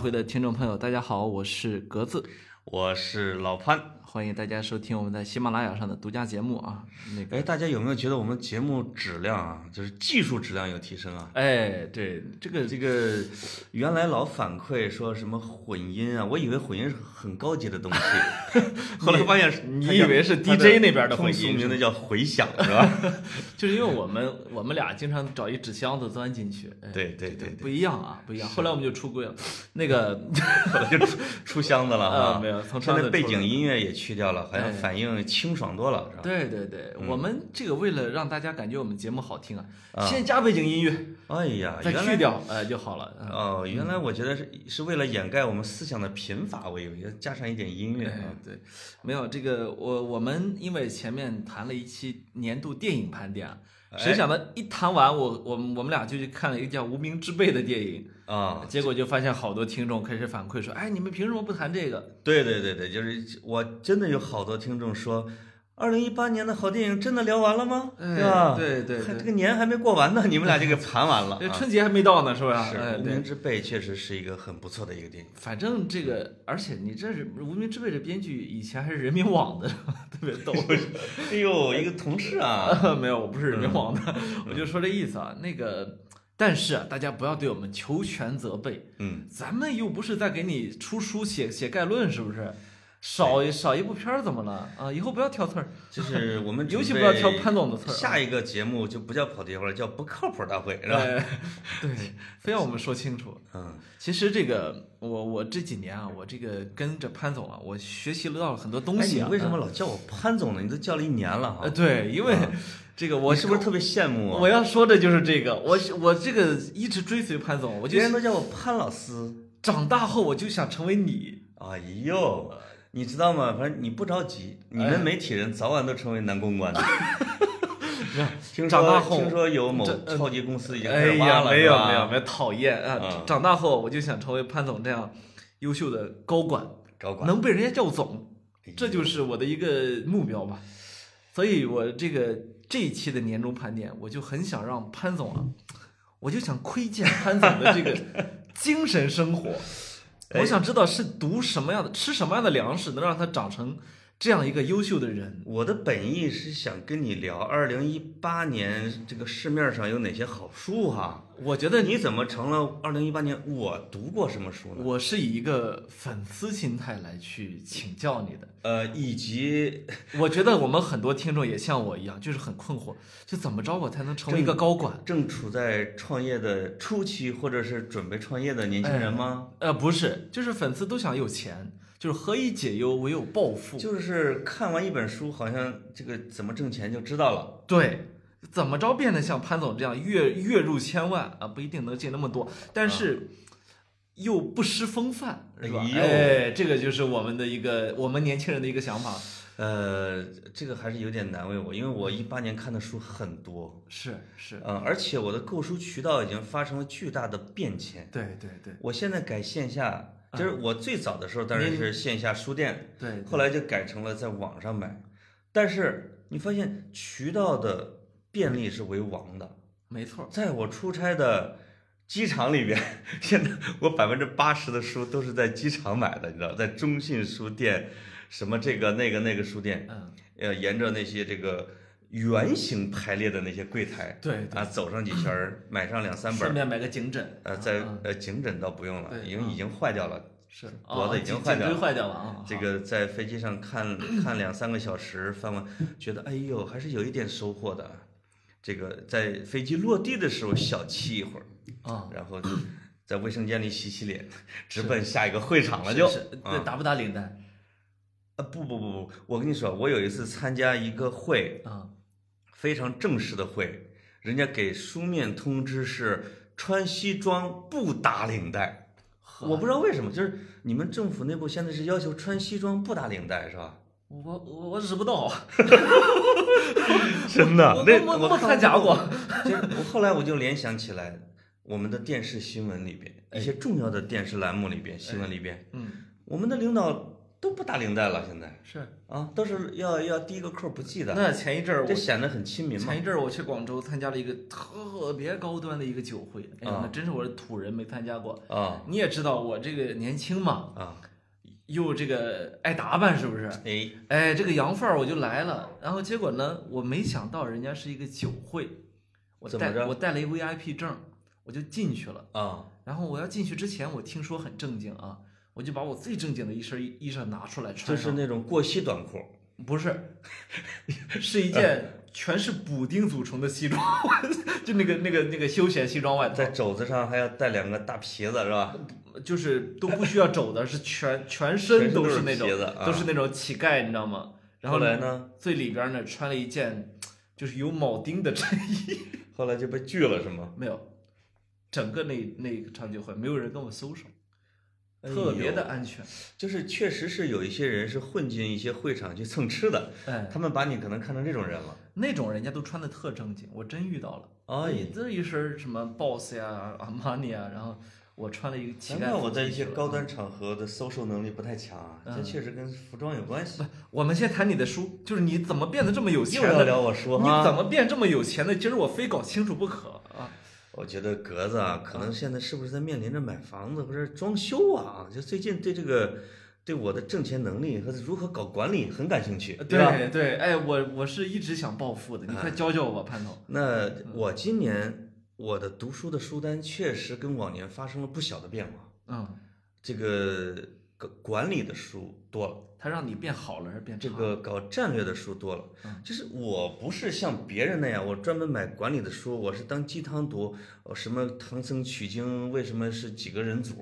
会的听众朋友，大家好，我是格子，我是老潘。欢迎大家收听我们在喜马拉雅上的独家节目啊。那个，哎，大家有没有觉得我们节目质量啊，就是技术质量有提升啊？哎，对，这个这个原来老反馈说什么混音啊，我以为混音是很高级的东西， 后来发现是你它以叫为是它 DJ 那边的通混俗音是名的叫回响是吧？ 就是因为我们我们俩经常找一纸箱子钻进去，哎、对对对这个对不一样啊，不一样。后来我们就出柜了，那个后来就出出箱子了啊哈，没有从现箱在子背出景来音乐也去掉了，好哎像反应清爽多了是吧？对对对，我们这个为了让大家感觉我们节目好嗯听啊，啊先加背景音乐，哎呀，再原来去掉哎就好了。嗯哦，原来我觉得是是为了掩盖我们思想的贫乏，我以为加上一点音乐哎啊。对，没有这个，我我们因为前面谈了一期年度电影盘点啊，谁哎想到一谈完，我我们我们俩就去看了一个叫《无名之辈》的电影，啊，结果就发现好多听众开始反馈说，哎，你们凭什么不谈这个？对对对对，就是我真的有好多听众说，二零一八年的好电影真的聊完了吗？哎对吧？对对还对这个年还没过完呢，你们俩就 给盘完了这啊。春节还没到呢，是吧？是哎， 《无对名。之辈》确实是一个很不错的一个电影。反正这个，而且你这是《无名之辈》的编剧，以前还是人民网的， 特别逗。哎呦，一个同 事啊，啊，没有，我不是人民网的，嗯我就说这意思啊。那个，但是啊，大家不要对我们求全责备，嗯，咱们又不是在给你出书写写概论，是不是？少少一部片儿怎么了啊？以后不要挑刺儿，就是我们尤其不准要备挑潘总的刺儿啊。下一个节目就不叫跑题会儿，叫不靠谱大会，是吧？ 哎，对，非要我们说清楚。嗯，其实这个，我我这几年啊，我这个跟着潘总啊，我学习到了很多东哎，西你啊。为什么老叫我潘总呢？你都叫了一年了哈呃，。对，因为这个我你是不是特啊别羡慕我要说的就是这个，我我这个一直追随潘总，我我就别人都叫我潘老师。长大后我就想成为你。哎呦，你知道吗？反正你不着急，你哎们媒体人早晚都成为男公关的。听长大说后听说有某这呃超级公司已经开哎始挖呀，了，没有是吧没有没有，讨厌啊！嗯长大后我就想成为潘总这样优秀的高管，高管。能被人家叫总，哎这就是我的一个目标吧。所以我这个这一期的年终盘点，我就很想让潘总啊，我就想窥见潘总的这个精神生活，哎我想知道是读什么样的、吃什么样的粮食，能让他长成这样一个优秀的人。我的本意是想跟你聊二零一八年这个市面上有哪些好书哈。我觉得那你怎么成了二零一八年我读过什么书呢？我是以一个粉丝心态来去请教你的。呃，以及我觉得我们很多听众也像我一样，就是很困惑，就怎么着我才能成为一个高管？正处在创业的初期或者是准备创业的年轻人吗？呃，不是，就是粉丝都想有钱，就是何以解忧，唯有暴富。就是看完一本书，好像这个怎么挣钱就知道了。对，怎么着变得像潘总这样月月入千万啊？不一定能进那么多，但是。又不失风范，是吧？啊哎呦哎，这个就是我们的一个我们年轻人的一个想法，呃，这个还是有点难为我，因为我一八年看的书很多，是是，嗯、而且我的购书渠道已经发生了巨大的变迁。对对对我现在改线下，就是我最早的时候当然是线下书店，啊对，后来就改成了在网上买。但是你发现渠道的便利是为王的，没错，在我出差的机场里边，现在我百分之八十的书都是在机场买的，你知道，在中信书店，什么这个那个那个书店，嗯，呃，沿着那些这个圆形排列的那些柜台对啊，走上几圈儿，买上两三本顺儿，便买个颈枕，呃，在嗯呃颈枕倒不用了，对啊因为已经坏掉了。是脖子已经颈坏颈掉椎了坏掉了啊，这个在飞机 上看看两三个小时，翻完，觉得哎呦，还是有一点收获的。啊这个在飞机落地的时候小憩一会儿，啊，然后在卫生间里洗 洗脸，直奔下一个会场了就。是是啊打不打领带？啊不不不不，我跟你说，我有一次参加一个会，啊，非常正式的会，人家给书面通知是穿西装不打领带。呵我不知道为什么，就是你们政府内部现在是要求穿西装不打领带 是吧？我我我知不道，真我那我我我参加 过。就是我后来我就联想起来，我们的电视新闻里边，一些重要的电视栏目里边、新闻里边，嗯，我们的领导都不打领带了，现在是。啊，都是要要第一个扣儿不系的，那前一阵儿这我显得很亲民嘛前。一阵儿我去广州参加了一个特别高端的一个酒会，哎呀啊，那真是我是土人没参加过。啊你也知道我这个年轻嘛，啊，又这个爱打扮是不是？哎，哎，这个洋范儿我就来了，然后结果呢，我没想到人家是一个酒会，我怎么带着我带了一 VIP 证，我就进去了。啊然后我要进去之前，我听说很正经啊，我就把我最正经的一身衣衣裳拿出来就穿是上，那种过膝短裤，不 是，是一件全是补丁组成的西装，就那个那个那个休闲西装外套在，肘子上还要带两个大皮子，是吧？就是都不需要肘的，是全全全身身都都是是那种皮子啊都是那种乞丐，你知道吗？然后后呢来？呢？最里边呢穿了一件就是有铆钉的衬衣，后来就被拒了，是吗？没有，整个那那个场景会没有人跟我搜手，哎呦特别的安全。就是确实是有一些人是混进一些会场去蹭吃的，哎，他们把你可能看成这种人了。那种人家都穿的特正经，我真遇到了。哎你，这一身什么 BOSS 呀、阿玛尼啊，然后我穿了一个乞难丐。怪我在一些啊高。端场合的搜 o 能力不太强啊，嗯这确实跟服装有关系。我们先谈你的书，就是你怎么变得这么有钱又要的？聊我说啊你哈，怎么变这么有钱的？今儿我非搞清楚不可啊！我觉得格子啊，可能现在是不是在面临着买房子或者装修啊？就最近对这个对我的挣钱能力和如何搞管理很感兴趣，啊对吧？对对，哎，我我是一直想暴富的，你快教教嗯我吧，潘总。那我今年我的读书的书单确实跟往年发生了不小的变化，嗯，这个管管理的书多了。他让你变好了嗯还是变差这了？个搞战略的书多了，就是我不是像别人那样，我专门买管理的书，我是当鸡汤读，呃什么唐僧取经为什么是几个人组，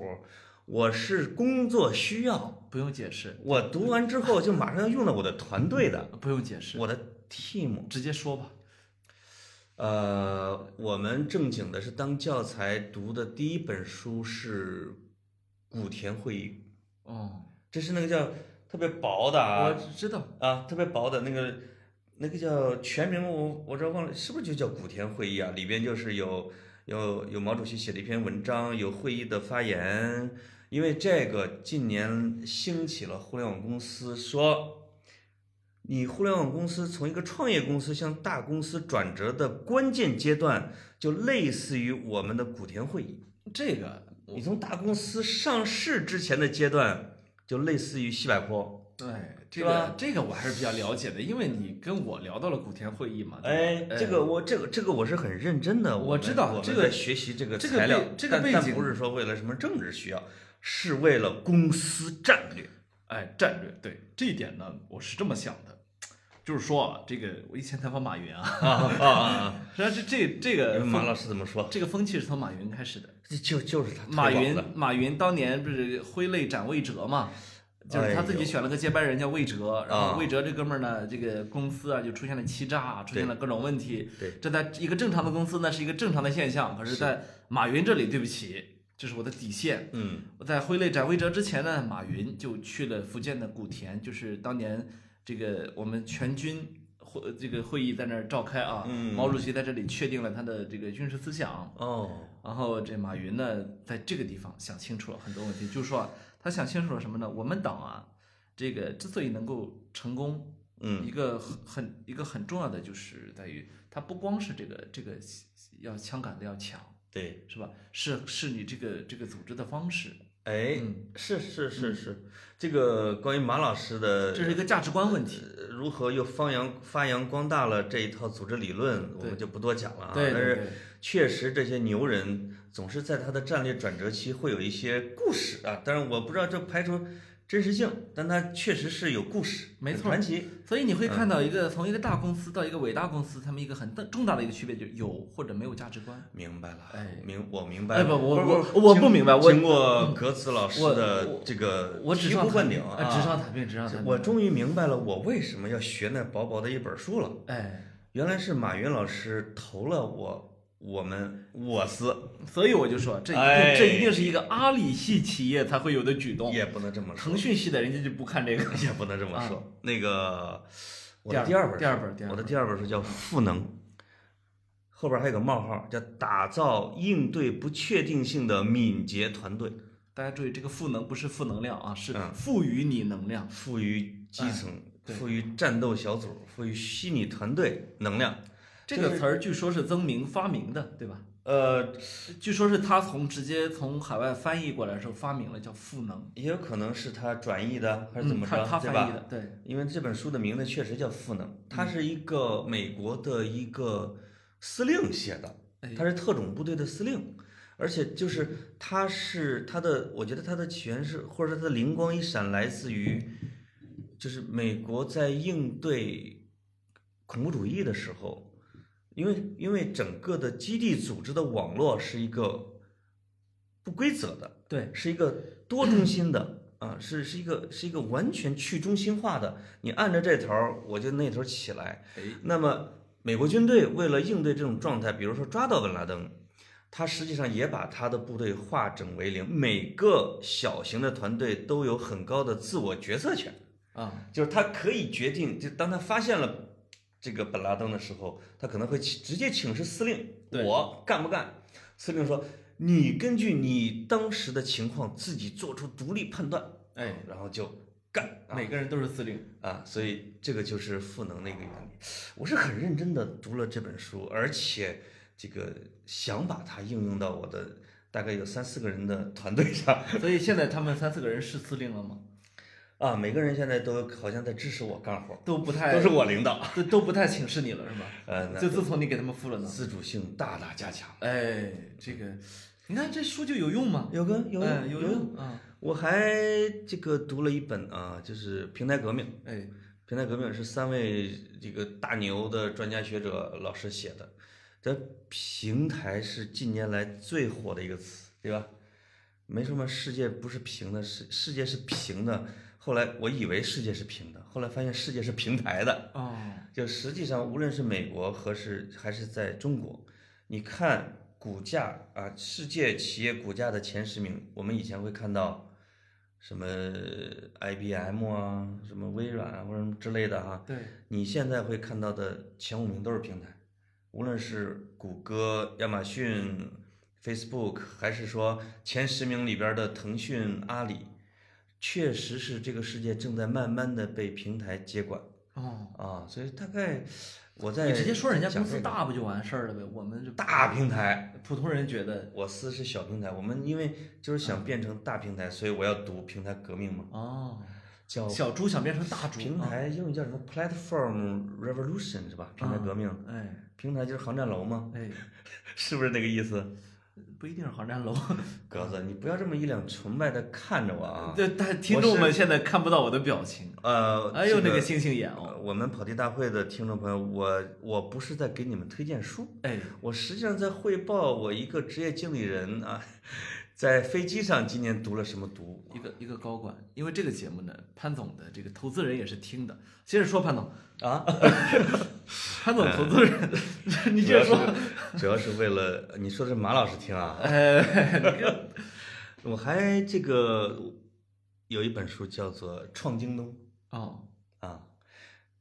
我是工作需要，不用解释，呃我读完之后就马上要用到我的团队的，不用解释，我的 team。直接说吧。呃，我们正经的是当教材读的第一本书是古田会议，哦，这是那个叫特别薄的啊，我知道，啊，特别薄的那个，那个叫全名我我这忘了，是不是就叫古田会议啊？里边就是有有有毛主席写了一篇文章，有会议的发言。因为这个近年兴起了互联网公司说，你互联网公司从一个创业公司向大公司转折的关键阶段，就类似于我们的古田会议。这个，你从大公司上市之前的阶段，就类似于西柏坡。对这是吧个这个我还是比较了解的，因为你跟我聊到了古田会议嘛。哎啊对吧，这个我这个这个我是很认真的，我们知道我们这个在学习这个这个材料背，这个但背但景不是说为了什么政治需要，是为了公司战略。哎，战略对这一点呢，我是这么想的，就是说啊，这个我以前采访马云 啊， 呃啊啊啊！实际上是这这你个们呃马风老师怎么说？这个风气是从马云开始的。这就就是他推马广云的马云当年不是挥泪斩魏哲嘛，就是他自己选了个接班人叫魏哲，然哎啊后魏哲这哥们儿呢，这个公司啊就出现了欺诈，出现了各种问题对。这在一个正常的公司呢是一个正常的现象，可是，在马云这里，对不起，这是我的底线。嗯我在挥泪斩魏哲之前呢，马云就去了福建的古田，就是当年这个我们全军会这个会议在那儿召开啊，嗯毛主席在这里确定了他的这个军事思想。哦然后这马云呢，在这个地方想清楚了很多问题，就是说啊他想清楚了什么呢？我们党啊，这个之所以能够成功，嗯一个很很一个很重要的就是在于，它不光是这个这个要枪杆子要强，对，是吧？是是你这个这个组织的方式，哎嗯是是是是，这个关于马老师的这是一个价值观问题。呃如何又发扬发扬光大了这一套组织理论，我们就不多讲了啊。对对但是对确实这些牛人总是在他的战略转折期会有一些故事啊，当然我不知道这排除真实性，但他确实是有故事，没很错传奇。所以你会看到一个从一个大公司到一个伟大公司，他们一个很大重大的一个区别就是有或者没有价值观。明白了，哎明我明白了。哎不，我不我我不明白，我经过格子老师我的我这个我纸醍上醐呃灌谈顶兵啊，纸上谈兵，纸上谈兵。我终于明白了我为什么要学那薄薄的一本书了。哎，原来是马云老师投了我，我们我司所以我就说，这一定、哎这一定是一个阿里系企业才会有的举动。也不能这么说腾，讯系的人家就不看这个。也不能这么说。那个我的啊第第二二本第二书本第二我的本第二本书叫《赋能》，后边还有个冒号，叫打造应对不确定性的敏捷团队。大家注意，这个赋能不是负能量啊，是嗯赋予你能量。赋予基层、哎对赋予战斗小组、赋予虚拟团队能量。这就是个词儿据说是曾明发明的，对吧？呃，据说是他从直接从海外翻译过来的时候发明了，叫赋能，也有可能是他转译的，还是怎嗯，么他着，他对翻译吧？的，对，因为这本书的名字确实叫《赋能》，它是一个美国的一个司令写的，哎他是特种部队的司令，而且就是他是他的，我觉得他的起源是，或者他的灵光一闪来自于，就是美国在应对恐怖主义的时候，因为因为整个的基地组织的网络是一个不规则的，对，是一个多中心的啊，是是一个是一个完全去中心化的。你按着这头儿，我就那头儿起来。那么美国军队为了应对这种状态，比如说抓到本拉登，他实际上也把他的部队化整为零，每个小型的团队都有很高的自我决策权，啊，就是他可以决定，就当他发现了。这个本拉登的时候，他可能会请直接请示司令，对我干不干？司令说：“你根据你当时的情况自己做出独立判断。”哎，然后就干啊每个人都是司令，啊！所以这个就是赋能的一个原理。我是很认真的读了这本书，而且这个想把它应用到我的大概有三四个人的团队上 所以现在他们三四个人是司令了吗？啊，每个人现在都好像在支持我干活，都不太都是我领导，都都不太请示你了 是吧？呃，那就自从你给他们赋了能，自主性大大加强。哎，这个，你看这书就有用吗？有个有哎个有个，用啊，我还这个读了一本啊，就是《平台革命》。哎，平台革命是三位这个大牛的专家学者老师写的，这平台是近年来最火的一个词，对吧？没什么世界不是平的，世世界是平的。后来我以为世界是平的，后来发现世界是平台的。哦，就实际上，无论是美国和是还是在中国，你看股价啊，世界企业股价的前十名，我们以前会看到什么 IBM 啊、什么微软啊或者什么之类的啊，对，你现在会看到的前五名都是平台，无论是谷歌、亚马逊、Facebook，还是说前十名里边的腾讯、阿里，确实是这个世界正在慢慢的被平台接管。哦。哎啊，所以大概我在你直接说人家讲公司这个大不就完事儿了呗？我们这大平台，普通人觉得我司是小平台，我们因为就是嗯想变成大平台，所以我要读平台革命嘛，哦，叫小猪想变成大猪，平啊台英语叫什么 platform revolution 是吧？平台革命，哎平台就是航站楼吗？ 哎，是不是那个意思？不一定是航站楼。格子，你不要这么一脸崇拜的看着我啊！对，但听众们现在看不到我的表情。呃，哎呦，这那个星星眼哦，呃我们跑题大会的听众朋友，我我不是在给你们推荐书，哎，我实际上在汇报我一个职业经理人啊，在飞机上今年读了什么读？一个一个高管，因为这个节目呢，潘总的这个投资人也是听的。接着说，潘总啊， 哎潘总投资人，你接着主说。要是，主要是为了你说的是马老师听啊。哎，你这我还这个有一本书叫做《创京东哦，》啊，《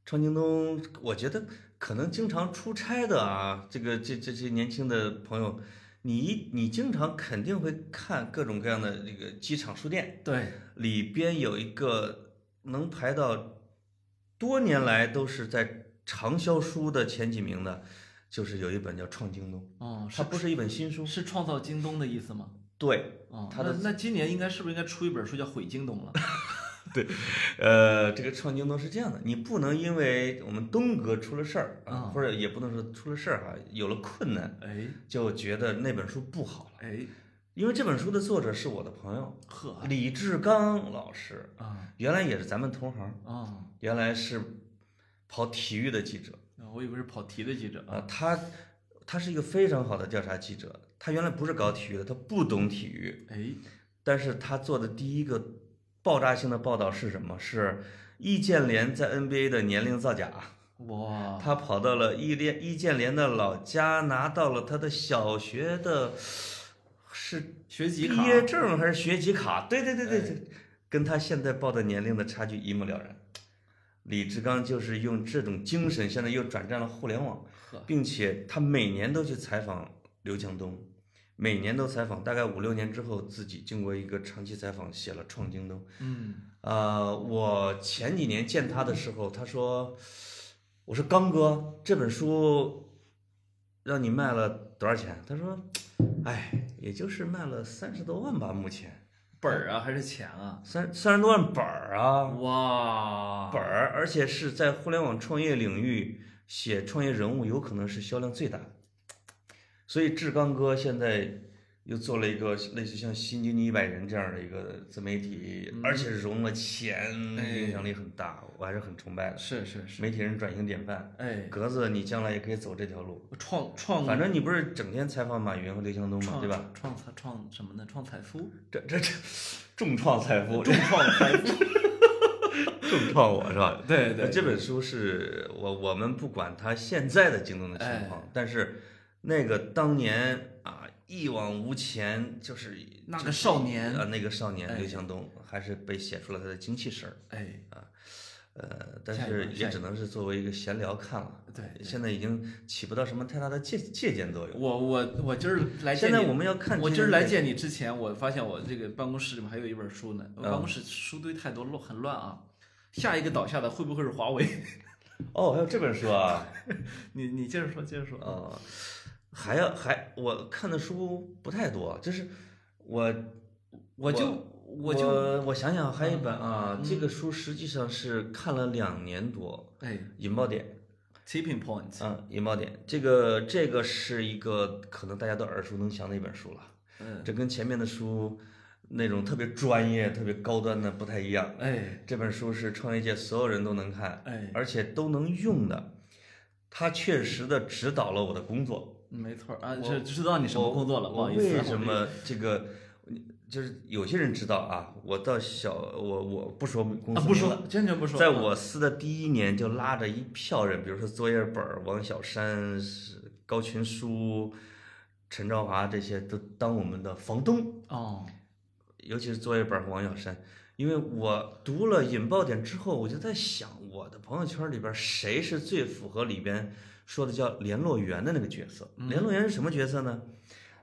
创京东》，我觉得可能经常出差的啊，这个这这些年轻的朋友，你你经常肯定会看各种各样的这个机场书店。对，里边有一个能排到多年来都是在畅销书的前几名的，就是有一本叫《创京东哦，》，它是不是一本新书，是创造京东的意思吗？对，哦，他那的那今年应该是不是应该出一本书叫《毁京东》 了？呃，这个《创京东》是这样的，你不能因为我们东哥出了事儿啊，嗯或者也不能说出了事儿哈，有了困难哎就觉得那本书不好了，哎，因为这本书的作者是我的朋友呵李志刚老师，啊原来也是咱们同行，啊！原来是跑体育的记者。啊我以为是跑题的记者啊，他他是一个非常好的调查记者，他原来不是搞体育的，他不懂体育，哎，但是他做的第一个爆炸性的报道是什么？是易建联在 NBA 的年龄造假。哇，他跑到了易联易建联的老家，拿到了他的小学的，是学籍毕卡哎业证还是学籍卡？对对对对对，跟他现在报的年龄的差距一目了然。李志刚就是用这种精神，现在又转战了互联网呵，并且他每年都去采访刘强东，每年都采访，大概五六年之后，自己经过一个长期采访，写了《创京东》。嗯呃，我前几年见他的时候，他说：“我说刚哥，这本书让你卖了多少钱？”他说：“哎，也就是卖了三十多万吧，目前本儿啊还是钱啊？三三十多万本儿啊，哇，本儿，而且是在互联网创业领域写创业人物，有可能是销量最大的。所以志刚哥现在又做了一个类似像《新经济一百人》这样的一个自媒体，而且融了钱，嗯哎影响力很大，我还是很崇拜的。是是是，媒体人转型典范，哎，格子，你将来也可以走这条路。创创反正你不是整天采访马云和刘强东嘛，创对吧？？创财创什么呢？创财富，这这这，重创财富，重创财富。重创我是吧？ 对那对，这本书是我我们不管它现在的京东的哎情况，但是那个当年啊一往无前，就是那个少年啊那个少年哎刘强东，还是被写出了他的精气神儿。哎，呃，但下一个是下一也个只能是作为一个闲聊看了。呃对对现在已经起不到什么太大的借借鉴作用。我我我今儿来见现你，在我们要看，我今儿来，见你之前，我发现我这个办公室里面还有一本书呢，嗯我办公室书堆太多，乱很乱啊。下一个倒下的会不会是华为？ 哦，还有这本书啊，你你接着说，接着说。呃，还要还我看的书不太多，就是我我嗯就我就我想想，还有一本啊，这个书实际上是看了两年多，哎《引爆点》 ，tipping point，啊，《引爆点》这个这个是一个可能大家都耳熟能详的一本书了，嗯，这跟前面的书那种特别专业、特别高端的不太一样。哎这本书是创业界所有人都能看，哎，而且都能用的，它确实的指导了我的工作。没错啊，这知道你什么工作了，不我好意思啊。为什么这个？就是有些人知道啊，我到小我我不说公啊司、不说，，坚决不说。啊在我司的第一年就拉着一票人，比如说作业本儿、王小山、是高群书、陈兆华这些都当我们的房东，哦，尤其是作业本儿和王小山。因为我读了《引爆点》之后，我就在想，我的朋友圈里边儿谁是最符合里边说的叫联络员的那个角色？联络员是什么角色呢？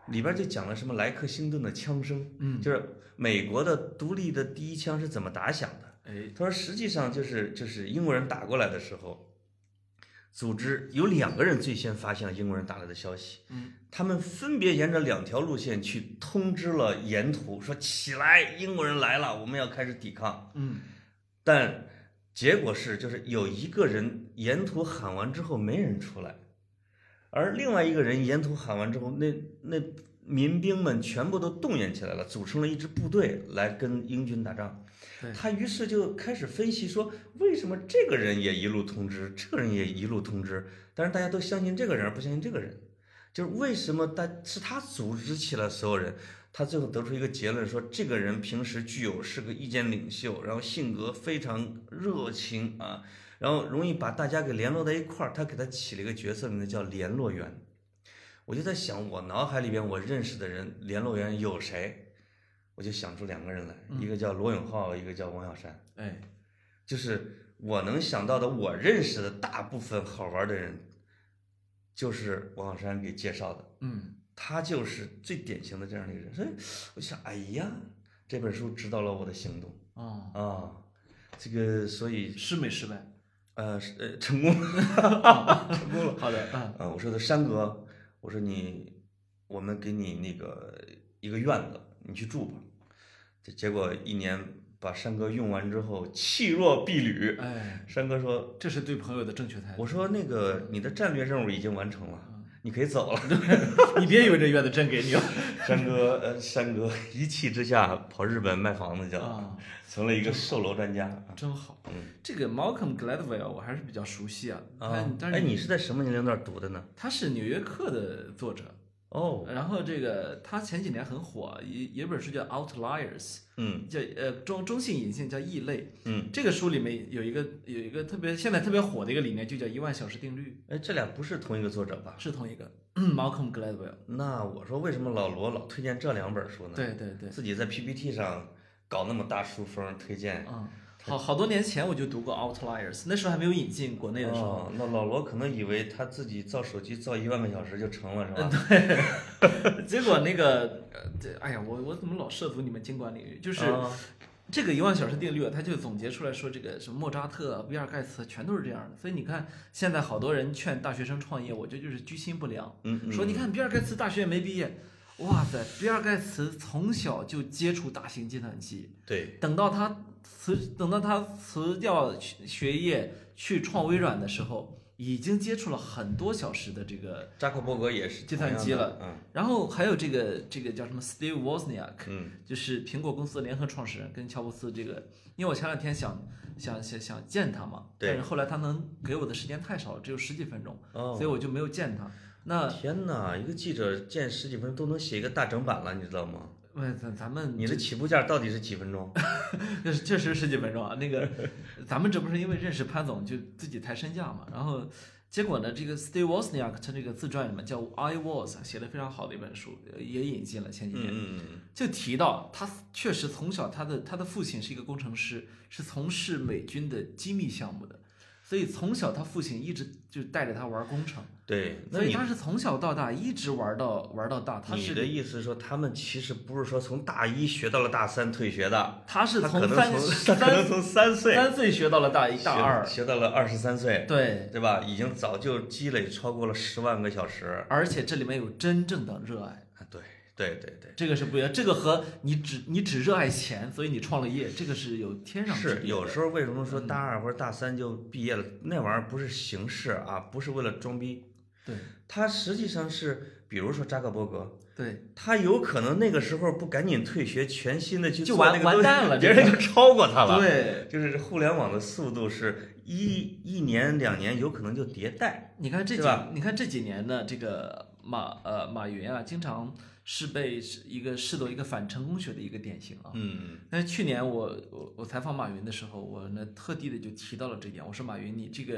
里边儿就讲了什么莱克星顿的枪声，嗯，就是美国的独立的第一枪是怎么打响的。哎，他说实际上就是就是英国人打过来的时候，组织有两个人最先发现了英国人打来的消息，嗯，他们分别沿着两条路线去通知了沿途说起来，英国人来了，我们要开始抵抗，嗯，但。结果是，就是有一个人沿途喊完之后没人出来，而另外一个人沿途喊完之后，那那民兵们全部都动员起来了，组成了一支部队来跟英军打仗对。他于是就开始分析说，为什么这个人也一路通知，这个人也一路通知，但是大家都相信这个人，而不相信这个人，就是为什么大是他组织起来所有人。他最后得出一个结论，说这个人平时具有是个意见领袖，然后性格非常热情啊，然后容易把大家给联络在一块儿。他给他起了一个角色名字叫联络员。我就在想，我脑海里边我认识的人联络员有谁，我就想出两个人来，一个叫罗永浩，一个叫王小山。哎，就是我能想到的，我认识的大部分好玩的人，就是王小山给介绍的。嗯，他就是最典型的这样的一个人。所以我想，哎呀，这本书指导了我的行动哦，啊。这个，所以失没失败？呃是呃成功了成功了。好的，嗯，啊！我说的山哥，我说你，我们给你那个一个院子，你去住吧。这结果一年把山哥用完之后，气若敝履。哎，山哥说这是对朋友的正确态：“度。我说那个你的战略任务已经完成了，你可以走了。” 你别以为这院子真给你了山哥，呃，山哥一气之下跑日本卖房子去了，啊，成了一个售楼专家。真好。这个 Malcolm Gladwell 我还是比较熟悉嗯啊，啊但，但哎，是你是在什么年龄段读的呢？他是《纽约客》的作者，哦，然后这个他前几年很火，有有本书叫《Outliers》，嗯叫呃中中性引进叫异类。嗯，这个书里面有一个有一个特别现在特别火的一个理念，就叫一万小时定律，哎，这俩不是同一个作者吧？是同一个 Malcolm Gladwell。那我说为什么老罗老推嗯荐这两本书呢？对对对，自己在 PPT 上搞那么大书风推荐，嗯，好好多年前我就读过 Outliers，那时候还没有引进国内的时候。哦，那老罗可能以为他自己造手机造一万个小时就成了，是吧？ 结果那个，呃这哎呀，我我怎么老涉足你们经管领域？就是啊这个一万小时定律啊，他就总结出来说，这个什么莫扎特、比尔盖茨全都是这样的。所以你看，现在好多人劝大学生创业，我这就是居心不良。嗯嗯，说你看比尔盖茨大学也没毕业，哇塞，比尔盖茨从小就接触大型计算机，对，等到他辞等到他辞掉学学业去创微软的时候，已经接触了很多小时的这个，扎克伯格也是计算机了同样的，然后还有这个这个叫什么 Steve Wozniak，嗯就是苹果公司的联合创始人跟乔布斯这个，因为我前两天想想想想见他嘛，对但是后来他能给我的时间太少了，只有十几分钟嗯，，哦所以我就没有见他。那天哪，一个记者见十几分钟都能写一个大整版了，你知道吗？呃咱咱们你的起步价到底是几分钟？ 确实确实十几分钟啊。那个，咱们这不是因为认识潘总就自己抬身价嘛，然后结果呢，这个 Steve Wozniak 他这个自传里面叫《I Was》，写的非常好的一本书，呃也引进了前几年，嗯嗯就提到他确实从小他的他的父亲是一个工程师，是从事美军的机密项目的。所以从小他父亲一直就带着他玩工程，嗯，对，那所以你他是从小到大一直玩到玩到大。他你是的意思是说，他们其实不是说从大一学到了大三退学的，他是他可从能三从他可能三从三岁三岁学到了大一学大二，学到了二十三岁，对，对吧？已经早就积累超过了十万个小时。而且这里面有真正的热爱，啊，对对对对，这个是不一样。这个和你只你只热爱钱，所以你创了业，这个是有天壤之是别。嗯有时候为什么说大二或者大三就毕业了？那玩意儿不是形式啊，不是为了装逼，对他实际上是，比如说扎克伯格，对，他有可能那个时候不赶紧退学，全心的去就做完那个完东西蛋了别这人就超过他了。对，就是互联网的速度是一一年两年有可能就迭代，你看这是几吧你看这几年呢，这个马呃马云啊，经常是被是一个视作一个反成功学的一个典型啊。嗯，但是去年我我我采访马云的时候，我呢特地的就提到了这一点，我说马云，你这个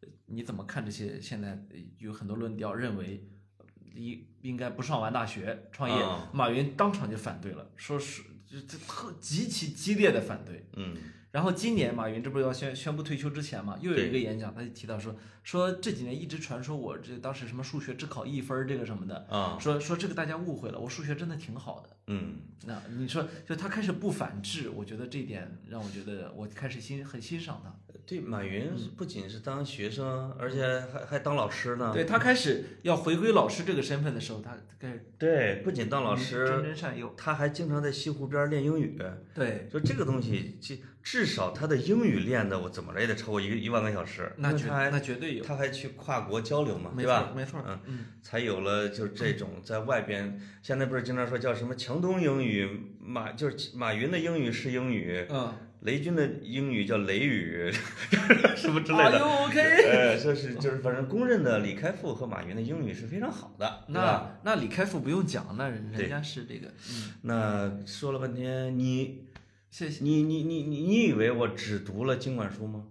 呃你怎么看这些？现在呃有很多论调认为呃应应该不上完大学创业，啊马云当场就反对了，说是这这特极其激烈的反对。嗯，然后今年马云这不是要宣宣布退休之前嘛，又有对一个演讲，他就提到说说这几年一直传说我这当时什么数学只考一分儿这个什么的，啊，说说这个大家误会了，我数学真的挺好的。嗯，那你说，就他开始不反制，我觉得这一点让我觉得我开始欣很欣赏他。对，马云不仅是当学生，而且还还当老师呢。对他开始要回归老师这个身份的时候，他开始对，不仅当老真师，真善诱。他还经常在西湖边练英语。对，说这个东西，至至少他的英语练的，我怎么着也得超过一个一万个小时。那绝他还那绝对有，他还去跨国交流嘛，没对错吧？儿没错儿，嗯，才有了就是这 种在外边，现在不是经常说叫什么强东英语，马就是马云的英语是英语，嗯，雷军的英语叫雷语， 什么之类的。 Are you OK？呃，这是就是反正公认的李开复和马云的英语是非常好的，对吧？那那李开复不用讲，那对人家是这个，嗯，那说了半天，你谢谢。你你你你你以为我只读了经管书吗？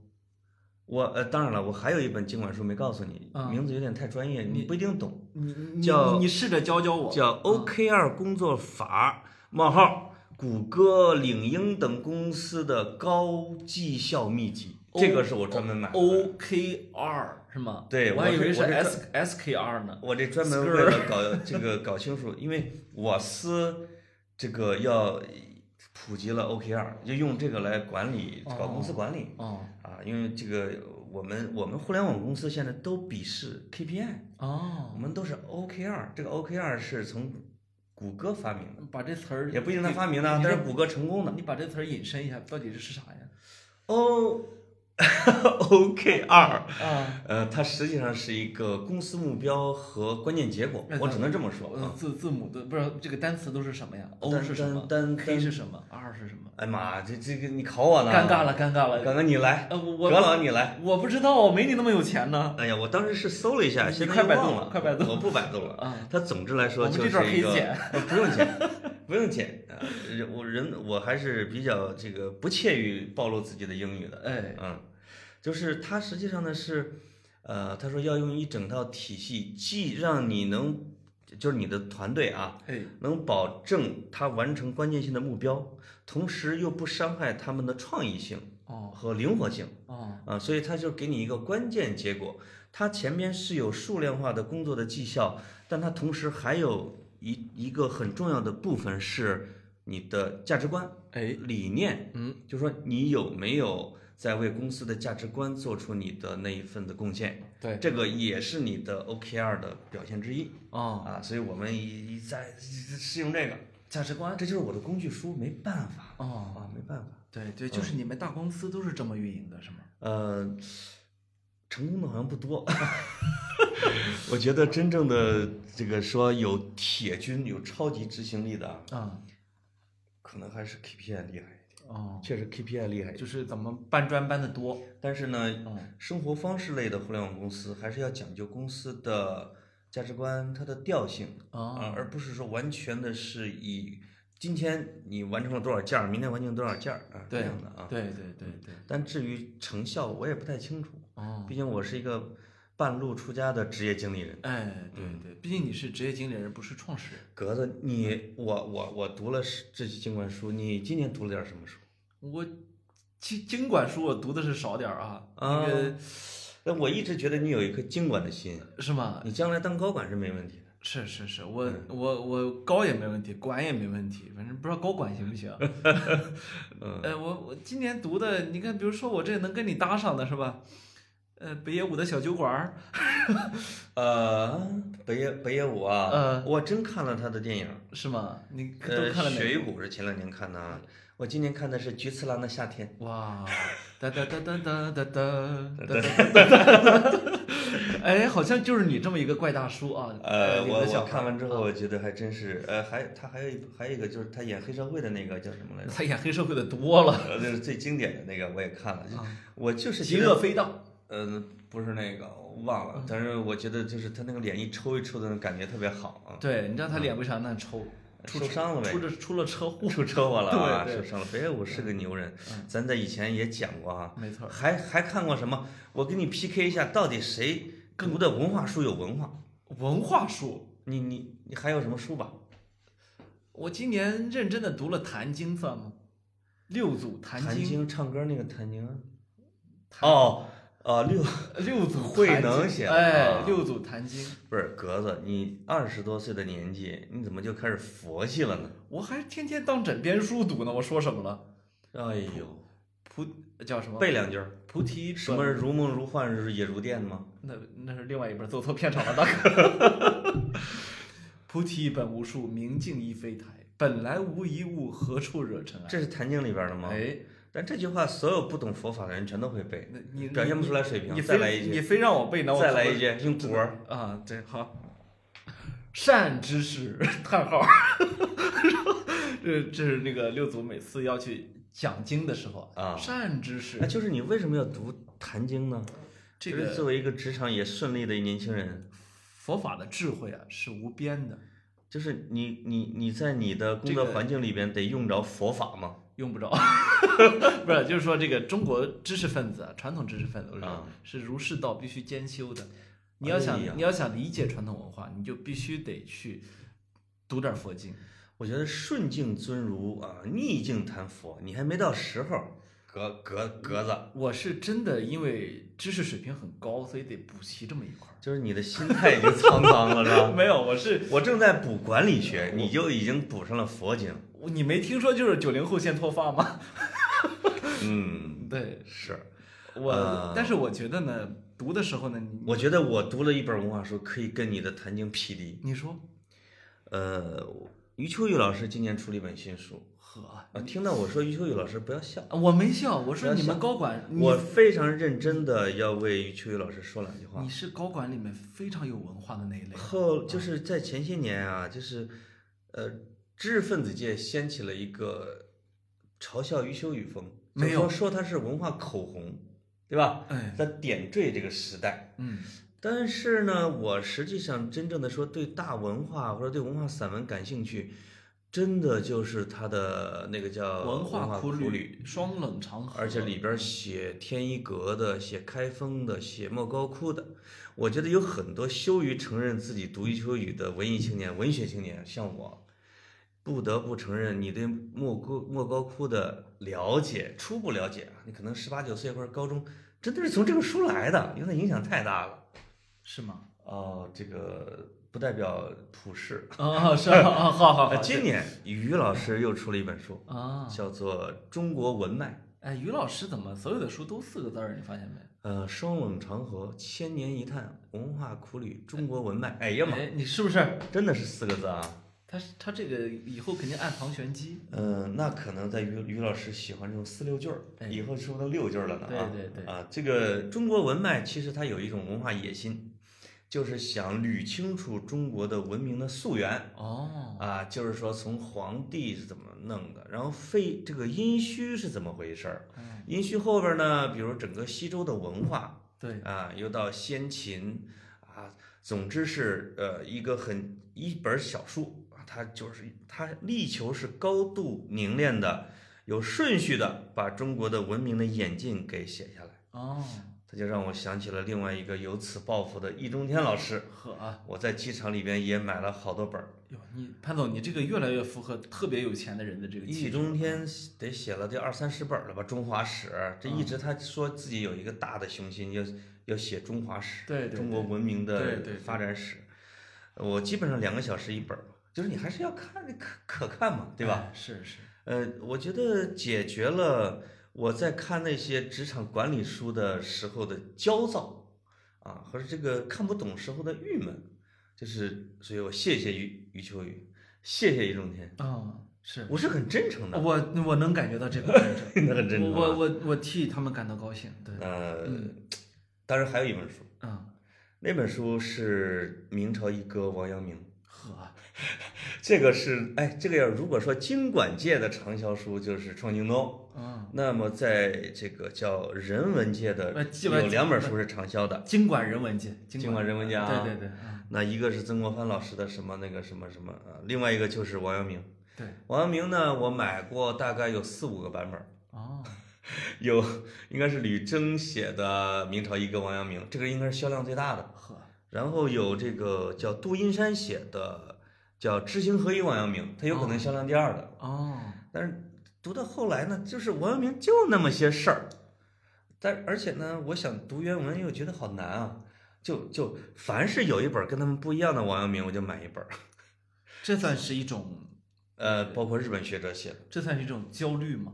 我呃，当然了，我还有一本经管书没告诉你，嗯哦啊名字有点太专业，你你不一定懂。你你叫你试着教教我，叫 OKR 工作法冒号谷歌、领英等公司的高绩效秘籍， O- 这个是我专门哦买的。 OKR 是吗？对我还我以是为是我是 S SKR 呢。我这专门为了搞这个搞清楚，因为我司这个要普及了 OKR，就用这个来管理搞公司管理哦啊，因为这个我们我们互联网公司现在都鄙视 KPI，我哦，们都是 OKR，这个 OKR 是从谷歌发明的。把这词儿也不一定他你发明的，啊你但这是谷歌成功的。你把这词儿引申一下，到底是啥呀？ O OKR，啊，呃，它实际上是一个公司目标和关键结果那，嗯我咱只能这么说啊。呃字字母的不是这个单词都是什么呀？O 单是什么单单？K 是什么？R 是什么？哎妈，这这个你考我呢？尴尬了，尴尬了。刚刚你来，呃，我葛我老你来。我不知道，我没你那么有钱呢。哎呀，我当时是搜了一下，你现嗯在快又百度忘了，快百度我不百度了。啊，它总之来说我们就这是段可一以个，剪。呃不用剪， 不用剪。呃人我人我还是比较这个不屑于暴露自己的英语的。哎，嗯，就是它实际上呢是，呃，他说要用一整套体系，既让你能，就是你的团队啊，哎，能保证它完成关键性的目标，同时又不伤害他们的创意性。哦和灵活性哦，啊，所以它就给你一个关键结果。它前面是有数量化的工作的绩效，但它同时还有一一个很重要的部分是你的价值观、哎，理念，嗯，就是说你有没有在为公司的价值观做出你的那一份的贡献，对，这个也是你的 OKR 的表现之一哦，啊。所以我们一一再适用这个价值观，这就是我的工具书，没办法哦，啊，没办法。对对，嗯就是你们大公司都是这么运营的，是吗？呃，成功的好像不多。 我觉得真正的这个说有铁军、有超级执行力的啊，啊，可能还是 KPI 厉害一点，哦，确实 KPI 厉害一点。就是怎么搬砖搬的多，但是呢，嗯，生活方式类的互联网公司还是要讲究公司的价值观、它的调性哦，啊，而不是说完全的是以今天你完成了多少件儿，明天完成多少件儿啊这对样的啊。对对对对，但至于成效，我也不太清楚。哦，毕竟我是一个半路出家的职业经理人。哎，对对，毕竟你是职业经理人，不是创始人。格子，你我我我读了是这些经管书，你今年读了点什么书？我经经管书我读的是少点儿啊，那嗯个那我一直觉得你有一颗经管的心，啊是吗？你将来当高管是没问题的。是是是，我嗯我我高也没问题，管也没问题，反正不知道高管行不行。 嗯，呃，我我今年读的，你看，比如说我这能跟你搭上的是吧？呃，北野武的小酒馆儿，呃，北野北野武啊，嗯我真看了他的电影，是吗？你都呃，看了血没？与骨是前两年看的啊，我今年看的是菊次郎的夏天。哇，哒哒哒哒哒哒哒哒哒哒哒！哎，好像就是你这么一个怪大叔啊。呃，你我的小我孩啊看完之后，我觉得还真是，呃，还他还有一还有一个就是他演黑社会的那个叫什么来着？他演黑社会的多了，呃，就是最经典的那个我也看了，就啊我就是极嗯觉得恶飞盗。呃，不是那个，我忘了。但是我觉得就是他那个脸一抽一抽的感觉特别好啊。对，你知道他脸为啥那抽？出受伤了呗出了出了车祸。出车祸了啊！对对嗯受伤了。北野武是个牛人，咱在以前也讲过啊。没错儿，还还看过什么？我跟你 PK 一下，到底谁读的文化书有 文化？文化书。你你你还有什么书吧？我今年认真的读了《坛经》，算吗？六祖坛谭经，晶唱歌那个谭晶啊。谭哦，呃，六六祖慧坛能经写的哎啊，六祖坛经，不是格子，你二十多岁的年纪，你怎么就开始佛系了呢？我还天天当枕边书读呢。我说什么了？哎呦，菩叫什么？背两句儿。菩提什么本？如梦如幻也如电吗？那那是另外一本，走错片场了，大哥。 菩提本无树，明镜亦非台。本来无一物，何处惹尘埃？这是《坛经》里边的吗？哎，但这句话所有不懂佛法的人全都会背，那你表现不出来水你平。你再非来一你句，非让我背呢，我再可来不一句，用古文。啊，对，好。善知识，叹号。 这这是那个六祖每次要去讲经的时候啊善知识那，就是你为什么要读《坛经》呢？这就是个作为一个职场也顺利的年轻人，佛法的智慧啊是无边的，就是你你你在你的工作这个环境里边得用着佛法吗？用不着。 不是，就是说这个中国知识分子啊，传统知识分子我说啊是儒释道必须兼修的。你要想哎呀你要想理解传统文化，你就必须得去读点佛经。我觉得顺境尊儒啊，逆境谈佛，你还没到时候。格格格子，我是真的因为知识水平很高，所以得补齐这么一块儿。就是你的心态已经沧桑了，是 吧？没有，我是 我正在补管理学，你就已经补上了佛经。我你没听说就是九零后先脱发吗？嗯， 对是。我，呃但是我觉得呢，读的时候呢，你我觉得我读了一本文化书，可以跟你的《坛经》匹敌。你说呃，余秋雨老师今年出了一本新书，呵，啊，听到我说余秋雨老师不要笑，我没笑，我说不要你们笑高管，你我非常认真的要为余秋雨老师说两句话你。是高管里面非常有文化的那一类。后就是在前些年啊，就是呃，知识分子界掀起了一个嘲笑余秋雨风，就没有说说他是文化口红，对吧？哎，在点缀这个时代。嗯，但是呢，我实际上真正的说对大文化或者对文化散文感兴趣，真的就是他的那个叫文化化苦旅，旅，双冷长河，而且里边写天一阁的、写开封的、写莫高窟的，我觉得有很多羞于承认自己读余秋雨的文艺青年、文学青年，像我，不得不承认，你对莫高莫高窟的了解，初步了解啊，你可能十八九岁或者高中，真的是从这个书来的，因为它影响太大了。是吗？ 哦，这个不代表普世。哦，是啊，哦好好好，呃 今年于老师又出了一本书，啊，叫做《中国文脉》，哎，于老师怎么所有的书都四个字儿？你发现没？呃，双冷长河，千年一叹，文化苦旅，中国文脉。哎呀妈，哎，你是不是？真的是四个字啊。他他这个以后肯定暗藏玄机。嗯、那可能在于于老师喜欢这种四六句儿，哎以后说不定六句儿了呢啊。对对对啊，这个中国文脉其实它有一种文化野心，就是想捋清楚中国的文明的溯源哦，啊，就是说从皇帝是怎么弄的，然后废这个殷墟是怎么回事儿，哎殷墟后边呢，比如整个西周的文化对，啊，又到先秦啊，总之是呃一个很一本小书啊，它就是它力求是高度凝练的，有顺序的把中国的文明的演进给写下来。哦，这就让我想起了另外一个有此抱负的易中天老师。呵啊，我在机场里边也买了好多本儿。哟，你潘总，你这个越来越符合特别有钱的人的这个气易质。嗯中天得写了这二三十本儿了吧，《中华史》这一直嗯他说自己有一个大的雄心，要要写中华史，对对对中国文明对的对对发展史。我基本上两个小时一本儿，就是你还是要看，可可看嘛，对吧？哎？是是，呃，我觉得解决了我在看那些职场管理书的时候的焦躁啊，和这个看不懂时候的郁闷，就是，所以我谢谢余余秋雨，谢谢易中天，嗯，是。我是很真诚的，，我我能感觉到这个真诚 真的很嗯真诚我啊。我我替他们感到高兴。对，呃，嗯当然还有一本书，嗯，那本书是明朝一哥王阳明， 呵，啊这个是哎，这个要如果说经管界的畅销书就是创京东，嗯，那么，在这个叫人文界的呃基本有两本书是畅销的，经管人文界，经管人文界啊对对对，嗯那一个是曾国藩老师的什么那个什么什么啊，另外一个就是王阳明。对，王阳明呢，我买过大概有四五个版本儿，哦，有应该是吕征写的《明朝一哥王阳明》，这个应该是销量最大的。呵，啊然后有这个叫杜阴山写的叫《知行合一王阳明》，他有可能销量第二的。 哦，但是读到后来呢，就是王阳明就那么些事儿，但而且呢，我想读原文又觉得好难啊，就就凡是有一本跟他们不一样的王阳明，我就买一本儿，这算是一种，呃，包括日本学者写的，这算是一种焦虑吗？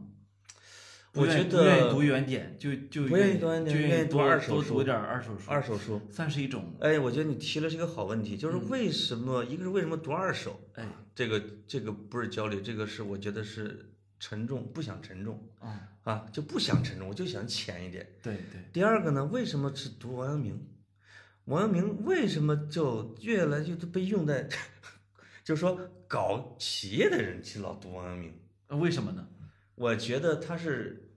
我不愿觉不愿意读得原点，就就不愿意读原点就愿愿意意读二手多书读点二手书，二手书。算是一种，哎，我觉得你提了是一个好问题，就是为什么、一个是为什么读二手，哎，这个这个不是焦虑，这个是我觉得是沉重，不想沉重嗯，啊，就不想沉重，我就想浅一点。对对，第二个呢，为什么是读王阳明？王阳明为什么就越来越被用在， 就是说搞企业的人去老读王阳明？呃为什么呢？我觉得他是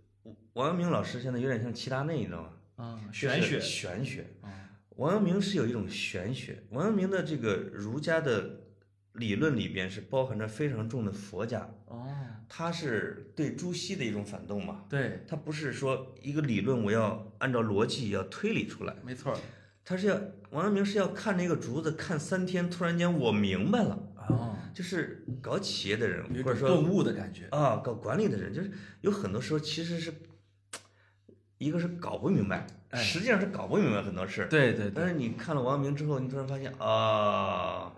王阳明老师现在有点像齐达内，你知道吗？嗯，就玄学，是玄学。嗯王阳明是有一种玄学，王阳明的这个儒家的理论里边是包含着非常重的佛家，哦，他是对朱熹的一种反动嘛。对，他不是说一个理论我要按照逻辑要推理出来。没错儿，他是要王阳明是要看那个竹子看三天，突然间我明白了，哦，就是搞企业的人有一啊或种者说顿悟的感觉，啊搞管理的人，就是有很多时候其实是一个是搞不明白，哎实际上是搞不明白很多事，对对但对，是你看了王阳明之后，你突然发现啊，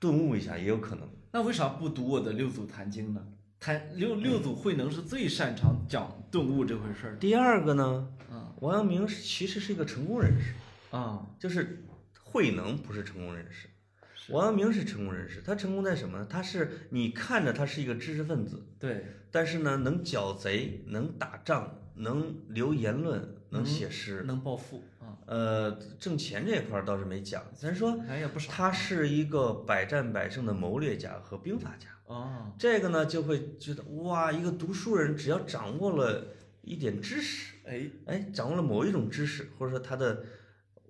顿悟一下也有可能。那为啥不读我的六祖坛经呢？坛六六祖慧能是最擅长讲顿悟这回事儿的，第二个呢，嗯王阳明是其实是一个成功人士，啊，就是慧能不是成功人士。是王阳明是成功人士，他成功在什么呢？他是你看着他是一个知识分子，对，但是呢，能剿贼，能打仗，能留言论，能写诗。能暴富啊，呃，挣钱这一块儿倒是没讲，咱说哎也不少，他是一个百战百胜的谋略家和兵法家。哦，这个呢，就会觉得哇，一个读书人只要掌握了一点知识，哎，哎，掌握了某一种知识，或者说他的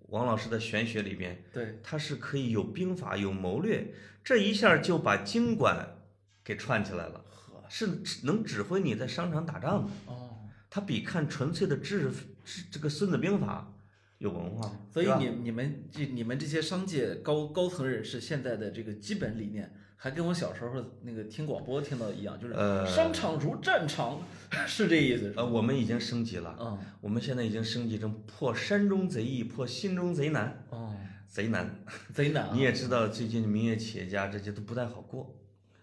王老师的玄学里边，对，他是可以有兵法、有谋略，这一下就把经管给串起来了，呵，是能指挥你在商场打仗的。哦，它比看纯粹的知识，知这个《孙子兵法》有文化嘛，所以是吧你你们这你们这些商界高高层人士现在的这个基本理念，还跟我小时候那个听广播听到一样，就是呃商场如战场， 是这意思是吧？呃，我们已经升级了，嗯，我们现在已经升级成破山中贼易，破心中贼难，哦，贼难。贼难啊你，也知道，最近民营企业家这些都不太好过，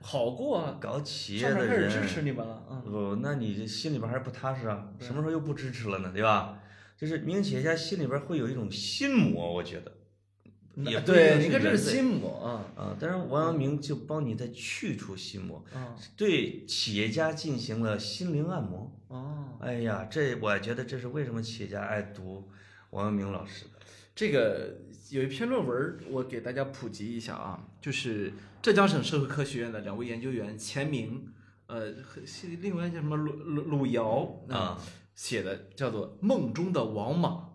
好过啊，搞企业上面的开始人支持你们了，嗯，不，哦那你这心里边还是不踏实啊？什么时候又不支持了呢？对吧？就是民营企业家心里边会有一种心魔，我觉得。嗯那也不一定对，是你看这原是罪心魔啊，啊，但是王阳明就帮你在去除心魔，嗯，对企业家进行了心灵按摩。哦，哎呀，这我觉得这是为什么企业家爱读王阳明老师的。这个有一篇论文，我给大家普及一下啊，就是浙江省社会科学院的两位研究员钱明，呃，和另外叫什么鲁鲁鲁瑶啊写的，叫做《梦中的王莽》。哎哦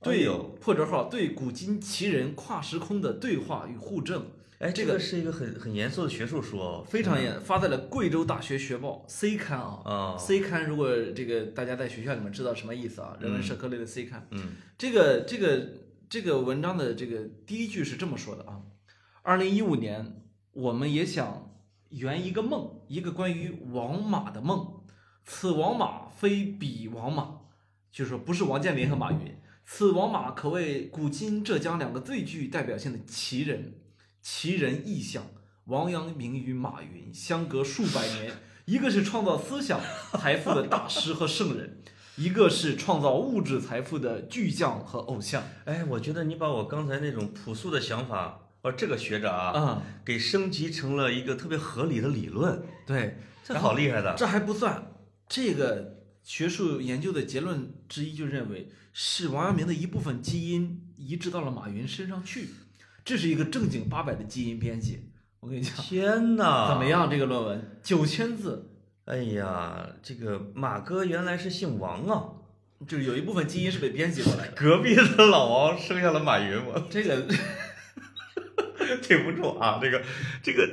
对呦，破折号对古今奇人跨时空的对话与互证，哎，这这个嗯个是一个很很严肃的学术书哦，非常严，发在了贵州大学学报 C 刊啊、啊， C 刊如果这个大家在学校里面知道什么意思啊，人文社科类的 C 刊，嗯，这个这个这个文章的这个第一句是这么说的啊：，二零一五年，我们也想圆一个梦，一个关于王马的梦。此王马非彼王马，就是说不是王健林和马云。此王马可谓古今浙江两个最具代表性的奇人，奇人异象。王阳明与马云相隔数百年，一个是创造思想财富的大师和圣人，一个是创造物质财富的巨匠和偶像。哎，我觉得你把我刚才那种朴素的想法，哦，这个学者啊，啊、给升级成了一个特别合理的理论，对，这好厉害的。这还不算，这个学术研究的结论之一就认为是王阳明的一部分基因移植到了马云身上去，这是一个正经八百的基因编辑。我跟你讲，天哪！怎么？样？这个论文九千字，哎呀，这个马哥原来是姓王啊，就是有一部分基因是被编辑过来的。隔壁的老王生下了马云，我 这个 对不住啊，这个这个，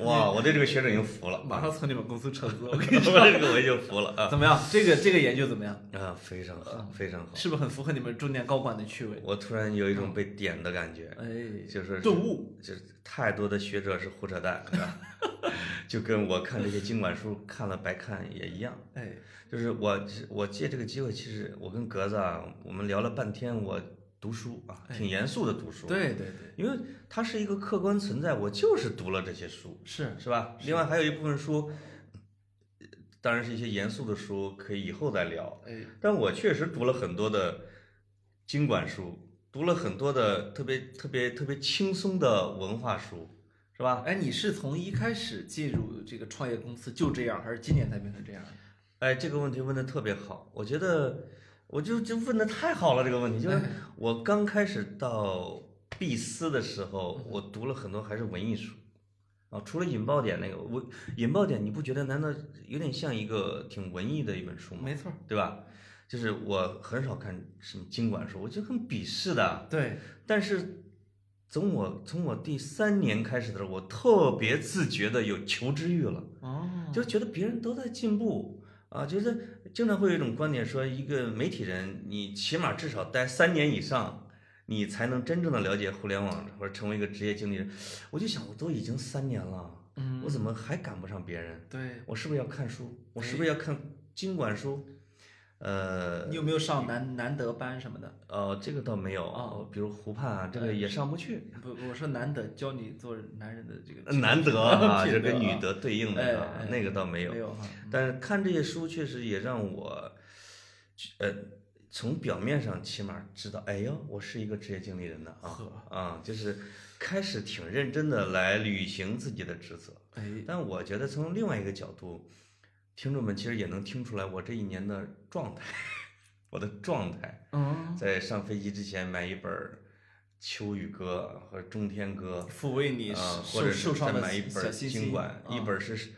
哇，我对这个学者已经服 了，马上从你们公司撤资，我跟你我这个我已经服了 啊怎么样？这个这个研究怎么样？啊，非常好，非常好，是不是很符合你们中年高管的趣味？我突然有一种被点的感觉，哎，就是顿悟。就是太多的学者是胡扯淡，是吧 就跟我看这些经管书看了白看也一样。哎，就是我我借这个机会，其实我跟格子啊，我们聊了半天，我读书啊，挺严肃的读书，，对对对，因为它是一个客观存在，我就是读了这些书，是是吧？另外还有一部分书，呃当然是一些严肃的书，可以以后再聊。哎，但我确实读了很多的经管书，读了很多的特别特别特别轻松的文化书，是吧？哎，你是从一开始进入这个创业公司就这样，还是今年才变成这样？哎，这个问题问的特别好，我觉得我就就问的太好了。这个问题就是我刚开始到毕思的时候，我读了很多还是文艺书啊，除了引爆点那个，我引爆点你不觉得难道有点像一个挺文艺的一本书吗？没错，对吧？就是我很少看什么经管书，我就很鄙视的。对，但是从我从我第三年开始的时候，我特别自觉的有求知欲了。哦，就觉得别人都在进步啊，就是经常会有一种观点说，一个媒体人你起码至少待三年以上，你才能真正的了解互联网或者成为一个职业经理人。我就想，我都已经三年了，嗯，我怎么还赶不上别人？对，我是不是要看书？我是哎不是要看经管书？呃你有没有上难难得班什么的？呃，这个倒没有哦，比如湖畔啊，这哎个也上 不去。不，我说难得教你做男人的这个难得啊，品就跟德女啊德对应哎的啊哎，那个倒没没有。哈，但是看这些书确实也让我，呃，从表面上起码知道，哎呦，我是一个职业经理人的啊呵啊，就是开始挺认真的来履行自己的职责。哎，但我觉得从另外一个角度，听众们其实也能听出来我这一年的状态， 我的状态，嗯，在上飞机之前买一本儿秋雨歌和中天歌，抚慰你受啊，或者受是伤再的买一小本心经心管，一啊本是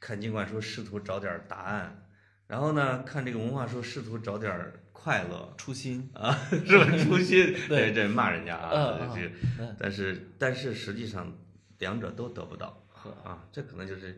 看经管书试图找点答案，然后呢看这个文化书试图找点快乐嗯 初心，啊，是吧？初心， 对这骂人家嗯啊，嗯这个嗯 但是但是实际上两者都得不到呵啊，这可能就是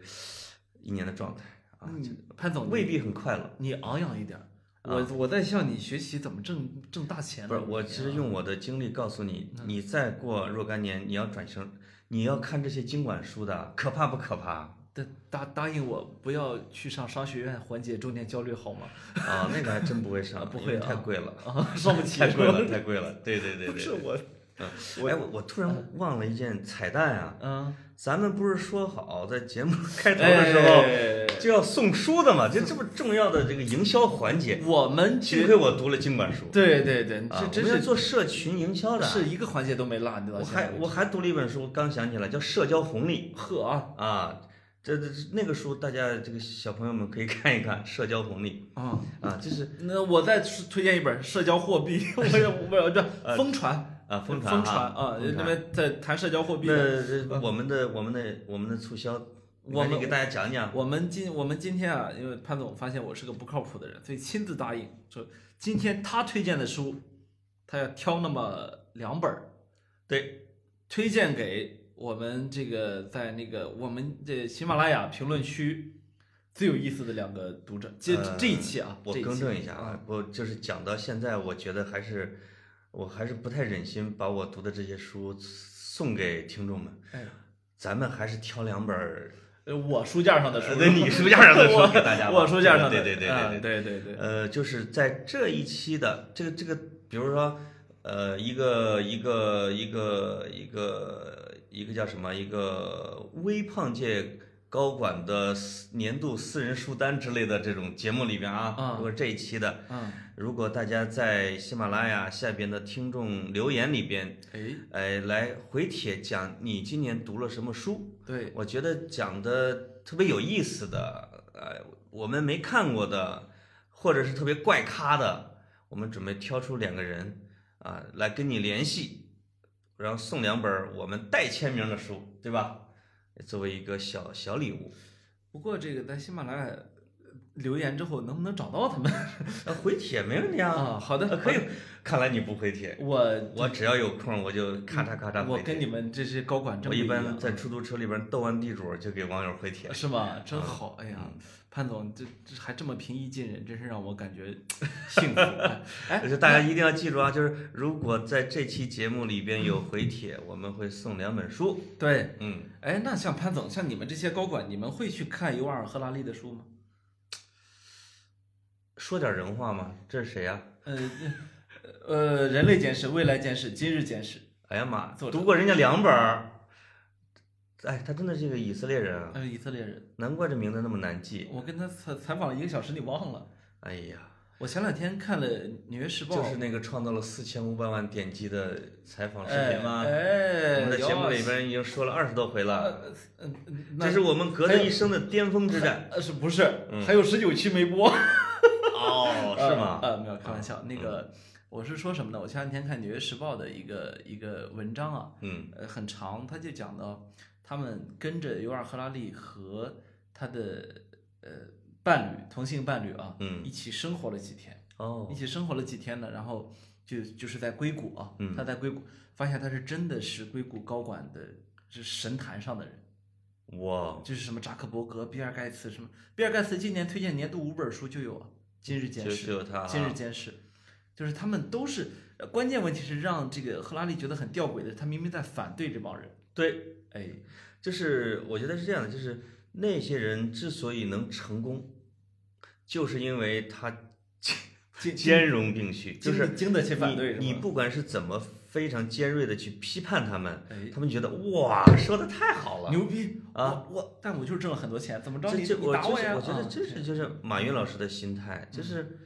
一年的状态啊，嗯，潘总，未必很快乐。你昂扬一点儿，我我在向你学习怎么挣挣大钱呢。啊不是，我啊其实用我的经历告诉你，嗯你再过若干年，你要转型，你要看这些经管书的，可怕不可怕？答答答应我，不要去上商学院缓解中年焦虑好吗？ 啊，那个还真不会上，不因会为啊太贵了， 啊，上不起，太贵是吧了，太贵 了。对对对不是对。我，嗯，哎，我我突然忘了一件彩蛋啊！嗯，咱们不是说好在 节目开头的时候哎就要送书的嘛？这这么重要的这个营销环节，我们幸绝亏我读了经管书对对对，啊这！真我们要是做社群营 销的，是一个环节都没落，你知道我现在还我还读了一本书，刚想起来叫《社交红利呵啊》啊，这这这那个书大家这个小朋友们可以看一看《社交红利啊！》啊，这是那我再推荐一本《社交货币》， 我也不是这疯传啊疯传疯哈传啊，疯那边在谈社交货币那的。嗯呃我们的我们的我们的促销，我赶紧们给大家讲讲。我们今我们今天啊，因为潘总发现我是个不靠谱的人，所以亲自答应说，今天他推荐的书，他要挑那么两本儿对，推荐给我们这个在那个我们这喜马拉雅评论区最有意思的两个读者。这、呃这一期啊，我这一更期正一下啊，我就是讲到现在，我觉得还是我还是不太忍心把我读的这些书送给听众们，哎，咱们还是挑两本儿 呃我书架上的书，呃你书架上的书 我给大家吧我书架上的，对对对对啊对对对对，呃，就是在这一期的这个这个，比如说，呃，一个一个一个一个一个叫什么？一个微胖界高管的私年度私人书单之类的这种节目里边啊，啊如果这一期的，嗯，如果大家在喜马拉雅下边的听众留言里边，哎，哎，来回帖讲你今年读了什么书，对，我觉得讲的特别有意思的，呃，我们没看过的，或者是特别怪咖的，我们准备挑出两个人啊、来跟你联系，然后送两本我们带签名的书，对吧？作为一个小小礼物，不过这个在喜马拉雅留言之后能不能找到他们 呃，回帖没问题啊，啊？好的呃，可以。 看来你不回帖， 我我只要有空我就咔嚓咔嚓嗯我回帖。跟你们这些高管真我不一样啊般在出租车里边斗完地主就给网友回帖。是吗？真啊好，哎嗯呀，潘总这这还这么平易近人，真是让我感觉 幸福。哎，就大家一定要记住啊，就是如果在这期节目里边有回帖，我们会送两本书。对，嗯，哎，那像潘总，像你们这些高管，你们会去看尤瓦尔·赫拉利的书吗？说点人话嘛，这是谁呀、呃，呃，人类简史、未来简史、今日简史，哎呀妈，作者读过人家两本儿，哎，他真的是个以色列人啊，他呃是以色列人。难怪这名字那么难记。我跟他采采访了一个小时，你忘了？哎呀，我前两天看了《纽约时报》就是那个创造了四千五百万点击的采访视哎频吗？哎，我们在节目里有啊，边已经说了二十多回了，嗯，嗯这那是我们隔还着有一生的巅峰之 战。呃是不是嗯还有十九期没播？哦，是吗？嗯呃，呃没有开玩笑，那个我是说什么呢？我前两天看《纽约时报》的一个一个文章啊，嗯，呃，很长，他就讲到他们跟着尤尔·赫拉利和他的呃伴侣同性伴侣啊，嗯一起生活了几天，哦一，起生活了几天呢，然后就就是在硅谷啊，嗯他在硅谷发现他是真的是硅谷高管的，是神坛上的人。哇，就是什么扎克伯格、比尔盖茨什么，比尔盖茨今年推荐年度五本书就有啊，《今日监就视》就有他啊今日监视》，就是他们都是呃关键问题是让这个赫拉利觉得很吊诡的是，他明明在反对这帮人，对，哎，就是我觉得是这样的，就是那些人之所以能成功，就是因为 他经兼容并蓄，就经是得经得起反对是你你吧不管是怎么非常尖锐的去批判他们，哎他们觉得哇说的太好了，牛逼啊！我我但我就是挣了很多钱，怎么着这你这你我打就是呀？我觉得啊嗯这是就是马云老师的心态，就是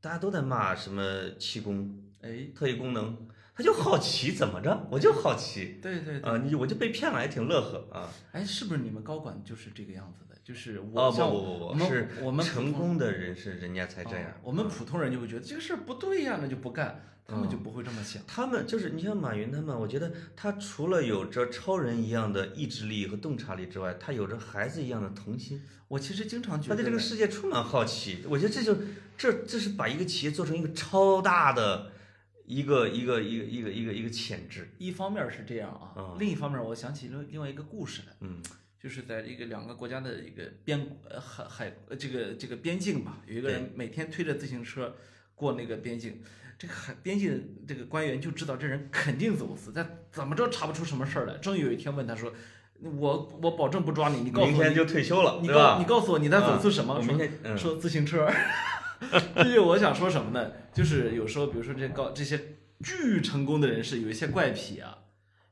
大家都在骂什么气功、哎，特异功能，他就好奇怎么着，我就好奇对对对，啊，你我就被骗了，也挺乐呵啊。哎，是不是你们高管就是这个样子的？就是我、哦不像不我不不，们是我们普成通功的人是人家才这样啊。我们普通人就会觉得这个事儿不对呀、那就不干，他嗯们就不会这么想。他们就是你像马云他们，我觉得他除了有着超人一样的意志力和洞察力之外，他有着孩子一样的童心，我其实经常觉他得对这个世界充满好奇。我觉得这就这这是把一个企业做成一个超大的一个一个一个一个一个一个潜质。一方面是这样啊，嗯另一方面我想起另另外一个故事来，嗯就是在一个两个国家的一个边呃海海呃这个这个边境吧，有一个人每天推着自行车过那个边境，这个海边境这个官员就知道这人肯定走私，但怎么着查不出什么事儿来。终于有一天问他说：“我我保证不抓你，你告诉我明天就退休了，你对告吧？你告诉我你在走私什么？”我说明天嗯，说自行车。 这就我想说什么呢？就是有时候，比如说这些高这些巨成功的人士，有一些怪癖啊，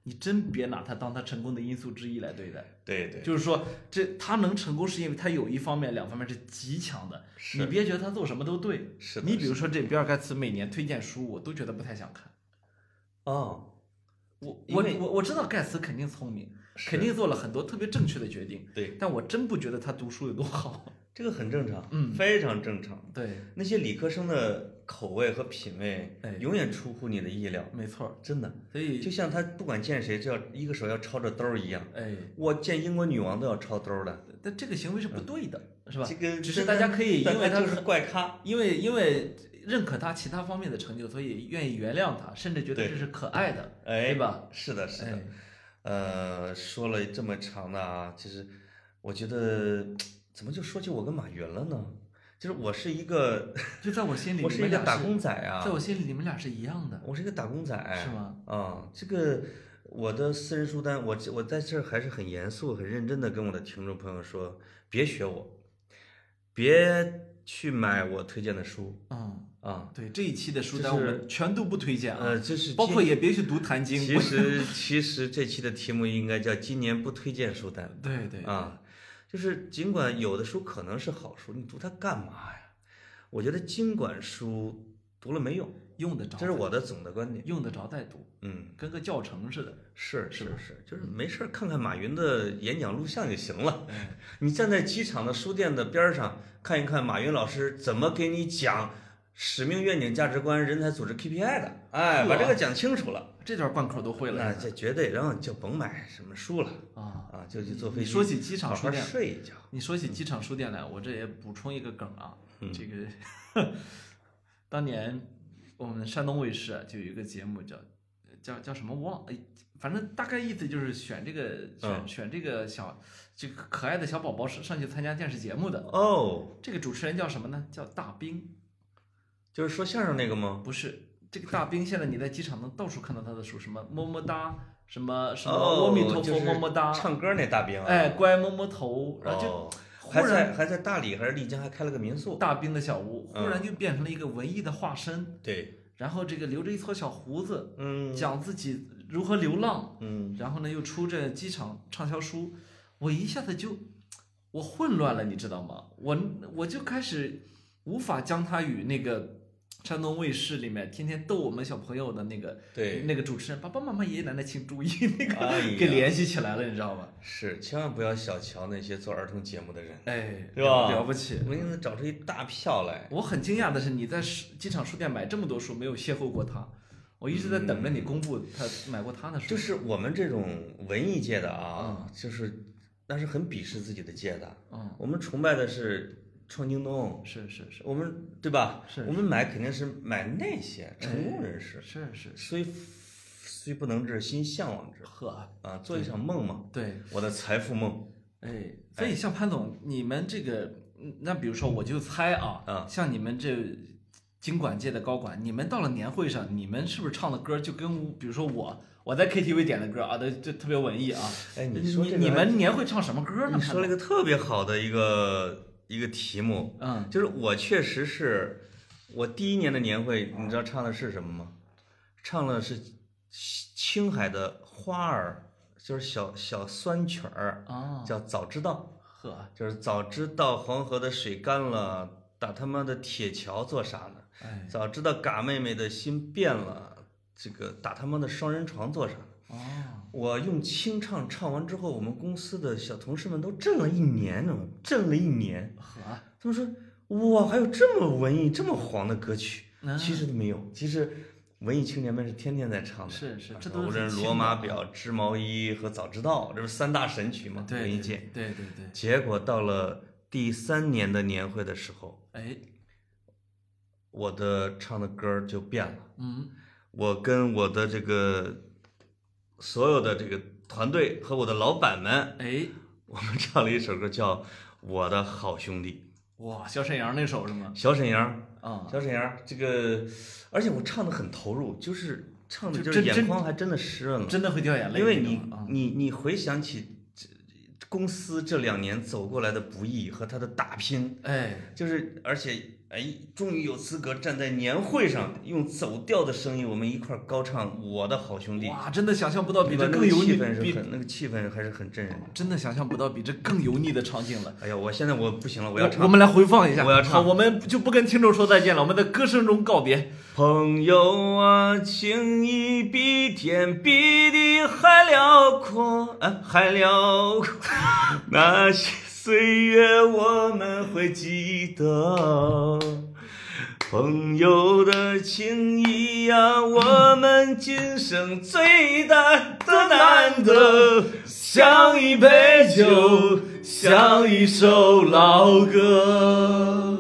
你真别拿他当他成功的因素之一来对待。对对，就是说，这他能成功是因为他有一方面、两方面是极强的。你是别觉得他做什么都对。是的。你比如说这比尔盖茨每年推荐书，我都觉得不太想看。哦，我因我为我我知道盖茨肯定聪明，是肯定做了很多特别正确的决定，对，但我真不觉得他读书有多好。这个很正常，嗯非常正常。对，那些理科生的口味和品味哎，永远出乎你的意料，没错儿。真的。所以，就像他不管见谁，只要一个手要抄着兜儿一样，哎，我见英国女王都要抄兜儿的，但这个行为是不嗯对的，是吧这？个只是真大家可以但 因为他他就是怪咖，因为因为认可他其他方面的成就，所以愿意原谅他，甚至觉得对这是可爱的，对，哎吧？是的，是的。哎，呃，说了这么长的啊，其实我觉得怎么就说起我跟马云了呢？就是我是一个，就在我心里，我你是们一个俩打工仔啊在，我心里你们俩是一样的，我是一个打工仔，是吗？啊，这个我的私人书单，我这我在这儿还是很严肃、很认真的跟我的听众朋友说，别学我，别去买我推荐的书嗯，啊，对，这一期的书单就我是们全都不推荐啊，呃，这是包今括也别去读《坛经其》我。 实其实这期的题目应该叫今年不推荐书单。对对，啊，就是尽管有的书可能是好书，你读它干嘛呀？我觉得经管书读了没用，用得着这，是我的总的观点。用得着再读，嗯，跟个教程似的。是是是，就是没事儿看看马云的演讲录像就行了哎。你站在机场的书店的边儿上看一看马云老师怎么给你讲使命、愿景、价值观、人才、组织 KPI 的，哎，把这个讲清楚了，这段贯口都会那了这绝对，然后就甭买什么书了啊！啊，就去坐你飞机，说起机好场书好店，睡一觉。你说起机场书店来，我这也补充一个梗啊，嗯这个当年我们山东卫视啊就有一个节目叫叫叫什么我忘，哎反正大概意思就是选这个选、嗯选这个小这个可爱的小宝宝上上去参加电视节目的。哦，这个主持人叫什么呢？叫大兵，就是说相声那个吗？不是这个大兵。现在你在机场能到处看到他的书，什么么么哒，什么什么哦，阿弥陀就佛是么么哒，唱歌那大兵啊，哎，乖摸摸头，然后就哦，忽还然在还在大理还是丽江还开了个民宿，大兵的小屋，忽嗯然就变成了一个文艺的化身，对，然后这个留着一撮小胡子，嗯讲自己如何流浪，嗯，然后呢又出这机场畅销书，我一下子就我混乱了，你知道吗？我我就开始无法将他与那个山东卫视里面天天逗我们小朋友的那个对，那个主持人，爸爸妈妈、爷爷奶奶请注意那个、哎呀 给联系起来了，你知道吗？是千万不要小瞧那些做儿童节目的人，哎，对吧了不起。我给你找出一大票来，我很惊讶的是，你在市机场书店买这么多书，没有邂逅过他。我一直在等着你公布他买过他的书。嗯就是我们这种文艺界的啊，就是那是很鄙视自己的界的，嗯，我们崇拜的是创京东，是是是我们对吧？是我们买肯定是哎买那些成功人士，是是，虽虽不能至，心向往之呵，啊，做一场梦嘛。对，我的财富梦，哎，所以像潘总，你们这个，嗯那比如说，我就猜啊，嗯像你们这经管界的高管，你们到了年会上，你们是不是唱的歌就跟，比如说我我在 KTV 点的歌啊，都就特别文艺啊。哎，你你说这个你们年会唱什么歌呢？你说了一潘个特别好的一个一个题目，总嗯，就是我确实是我第一年的年会，你知道唱的是什么吗？唱的是青海的花儿，就是小小酸曲儿，啊，叫早知道，呵，就是早知道黄河的水干了，打他妈的铁桥做啥呢？哎，早知道嘎妹妹的心变了，这个打他妈的双人床做啥呢？哦。我用清唱唱完之后，我们公司的小同事们都震了一年呢，震了一年。呵，他们说：“哇，还有这么文艺、这么黄的歌曲嗯？”其实没有，其实文艺青年们是天天在唱的。是是啊这都是无论很《清罗马的表》《织毛衣》和《早知道》，这不是三大神曲吗？对文艺对界。对对对，结果到了第三年的年会的时候，哎，我的唱的歌儿就变了。嗯，我跟我的这个所有的这个团队和我的老板们。哎，我们唱了一首歌叫《我的好兄弟哇，小沈阳那首是》，吗？小沈阳，啊、小沈阳这个，而且我唱的很投入，就是唱的就就是真眼真眶还真的湿润了，真的会掉眼泪因那为种啊，你你你回想起这公司这两年走过来的不易和他的打拼，哎，就是而且哎，终于有资格站在年会上用走调的声音，我们一块儿高唱《我的好兄弟》，哇，真的想象不到比这那更个油腻气氛，是比很那个气氛还是很震人的。真的想象不到比这更油腻的场景了。哎呀，我现在我不行了，我要唱我。们来回放一下。我要唱好，我们就不跟听众说再见了，我们在歌声中告别。朋友啊，情谊比天比地还辽阔，啊，还辽阔。那些岁月我们会记得。朋友的情谊呀、我们今生最大的难得。像一杯酒，像一首老歌。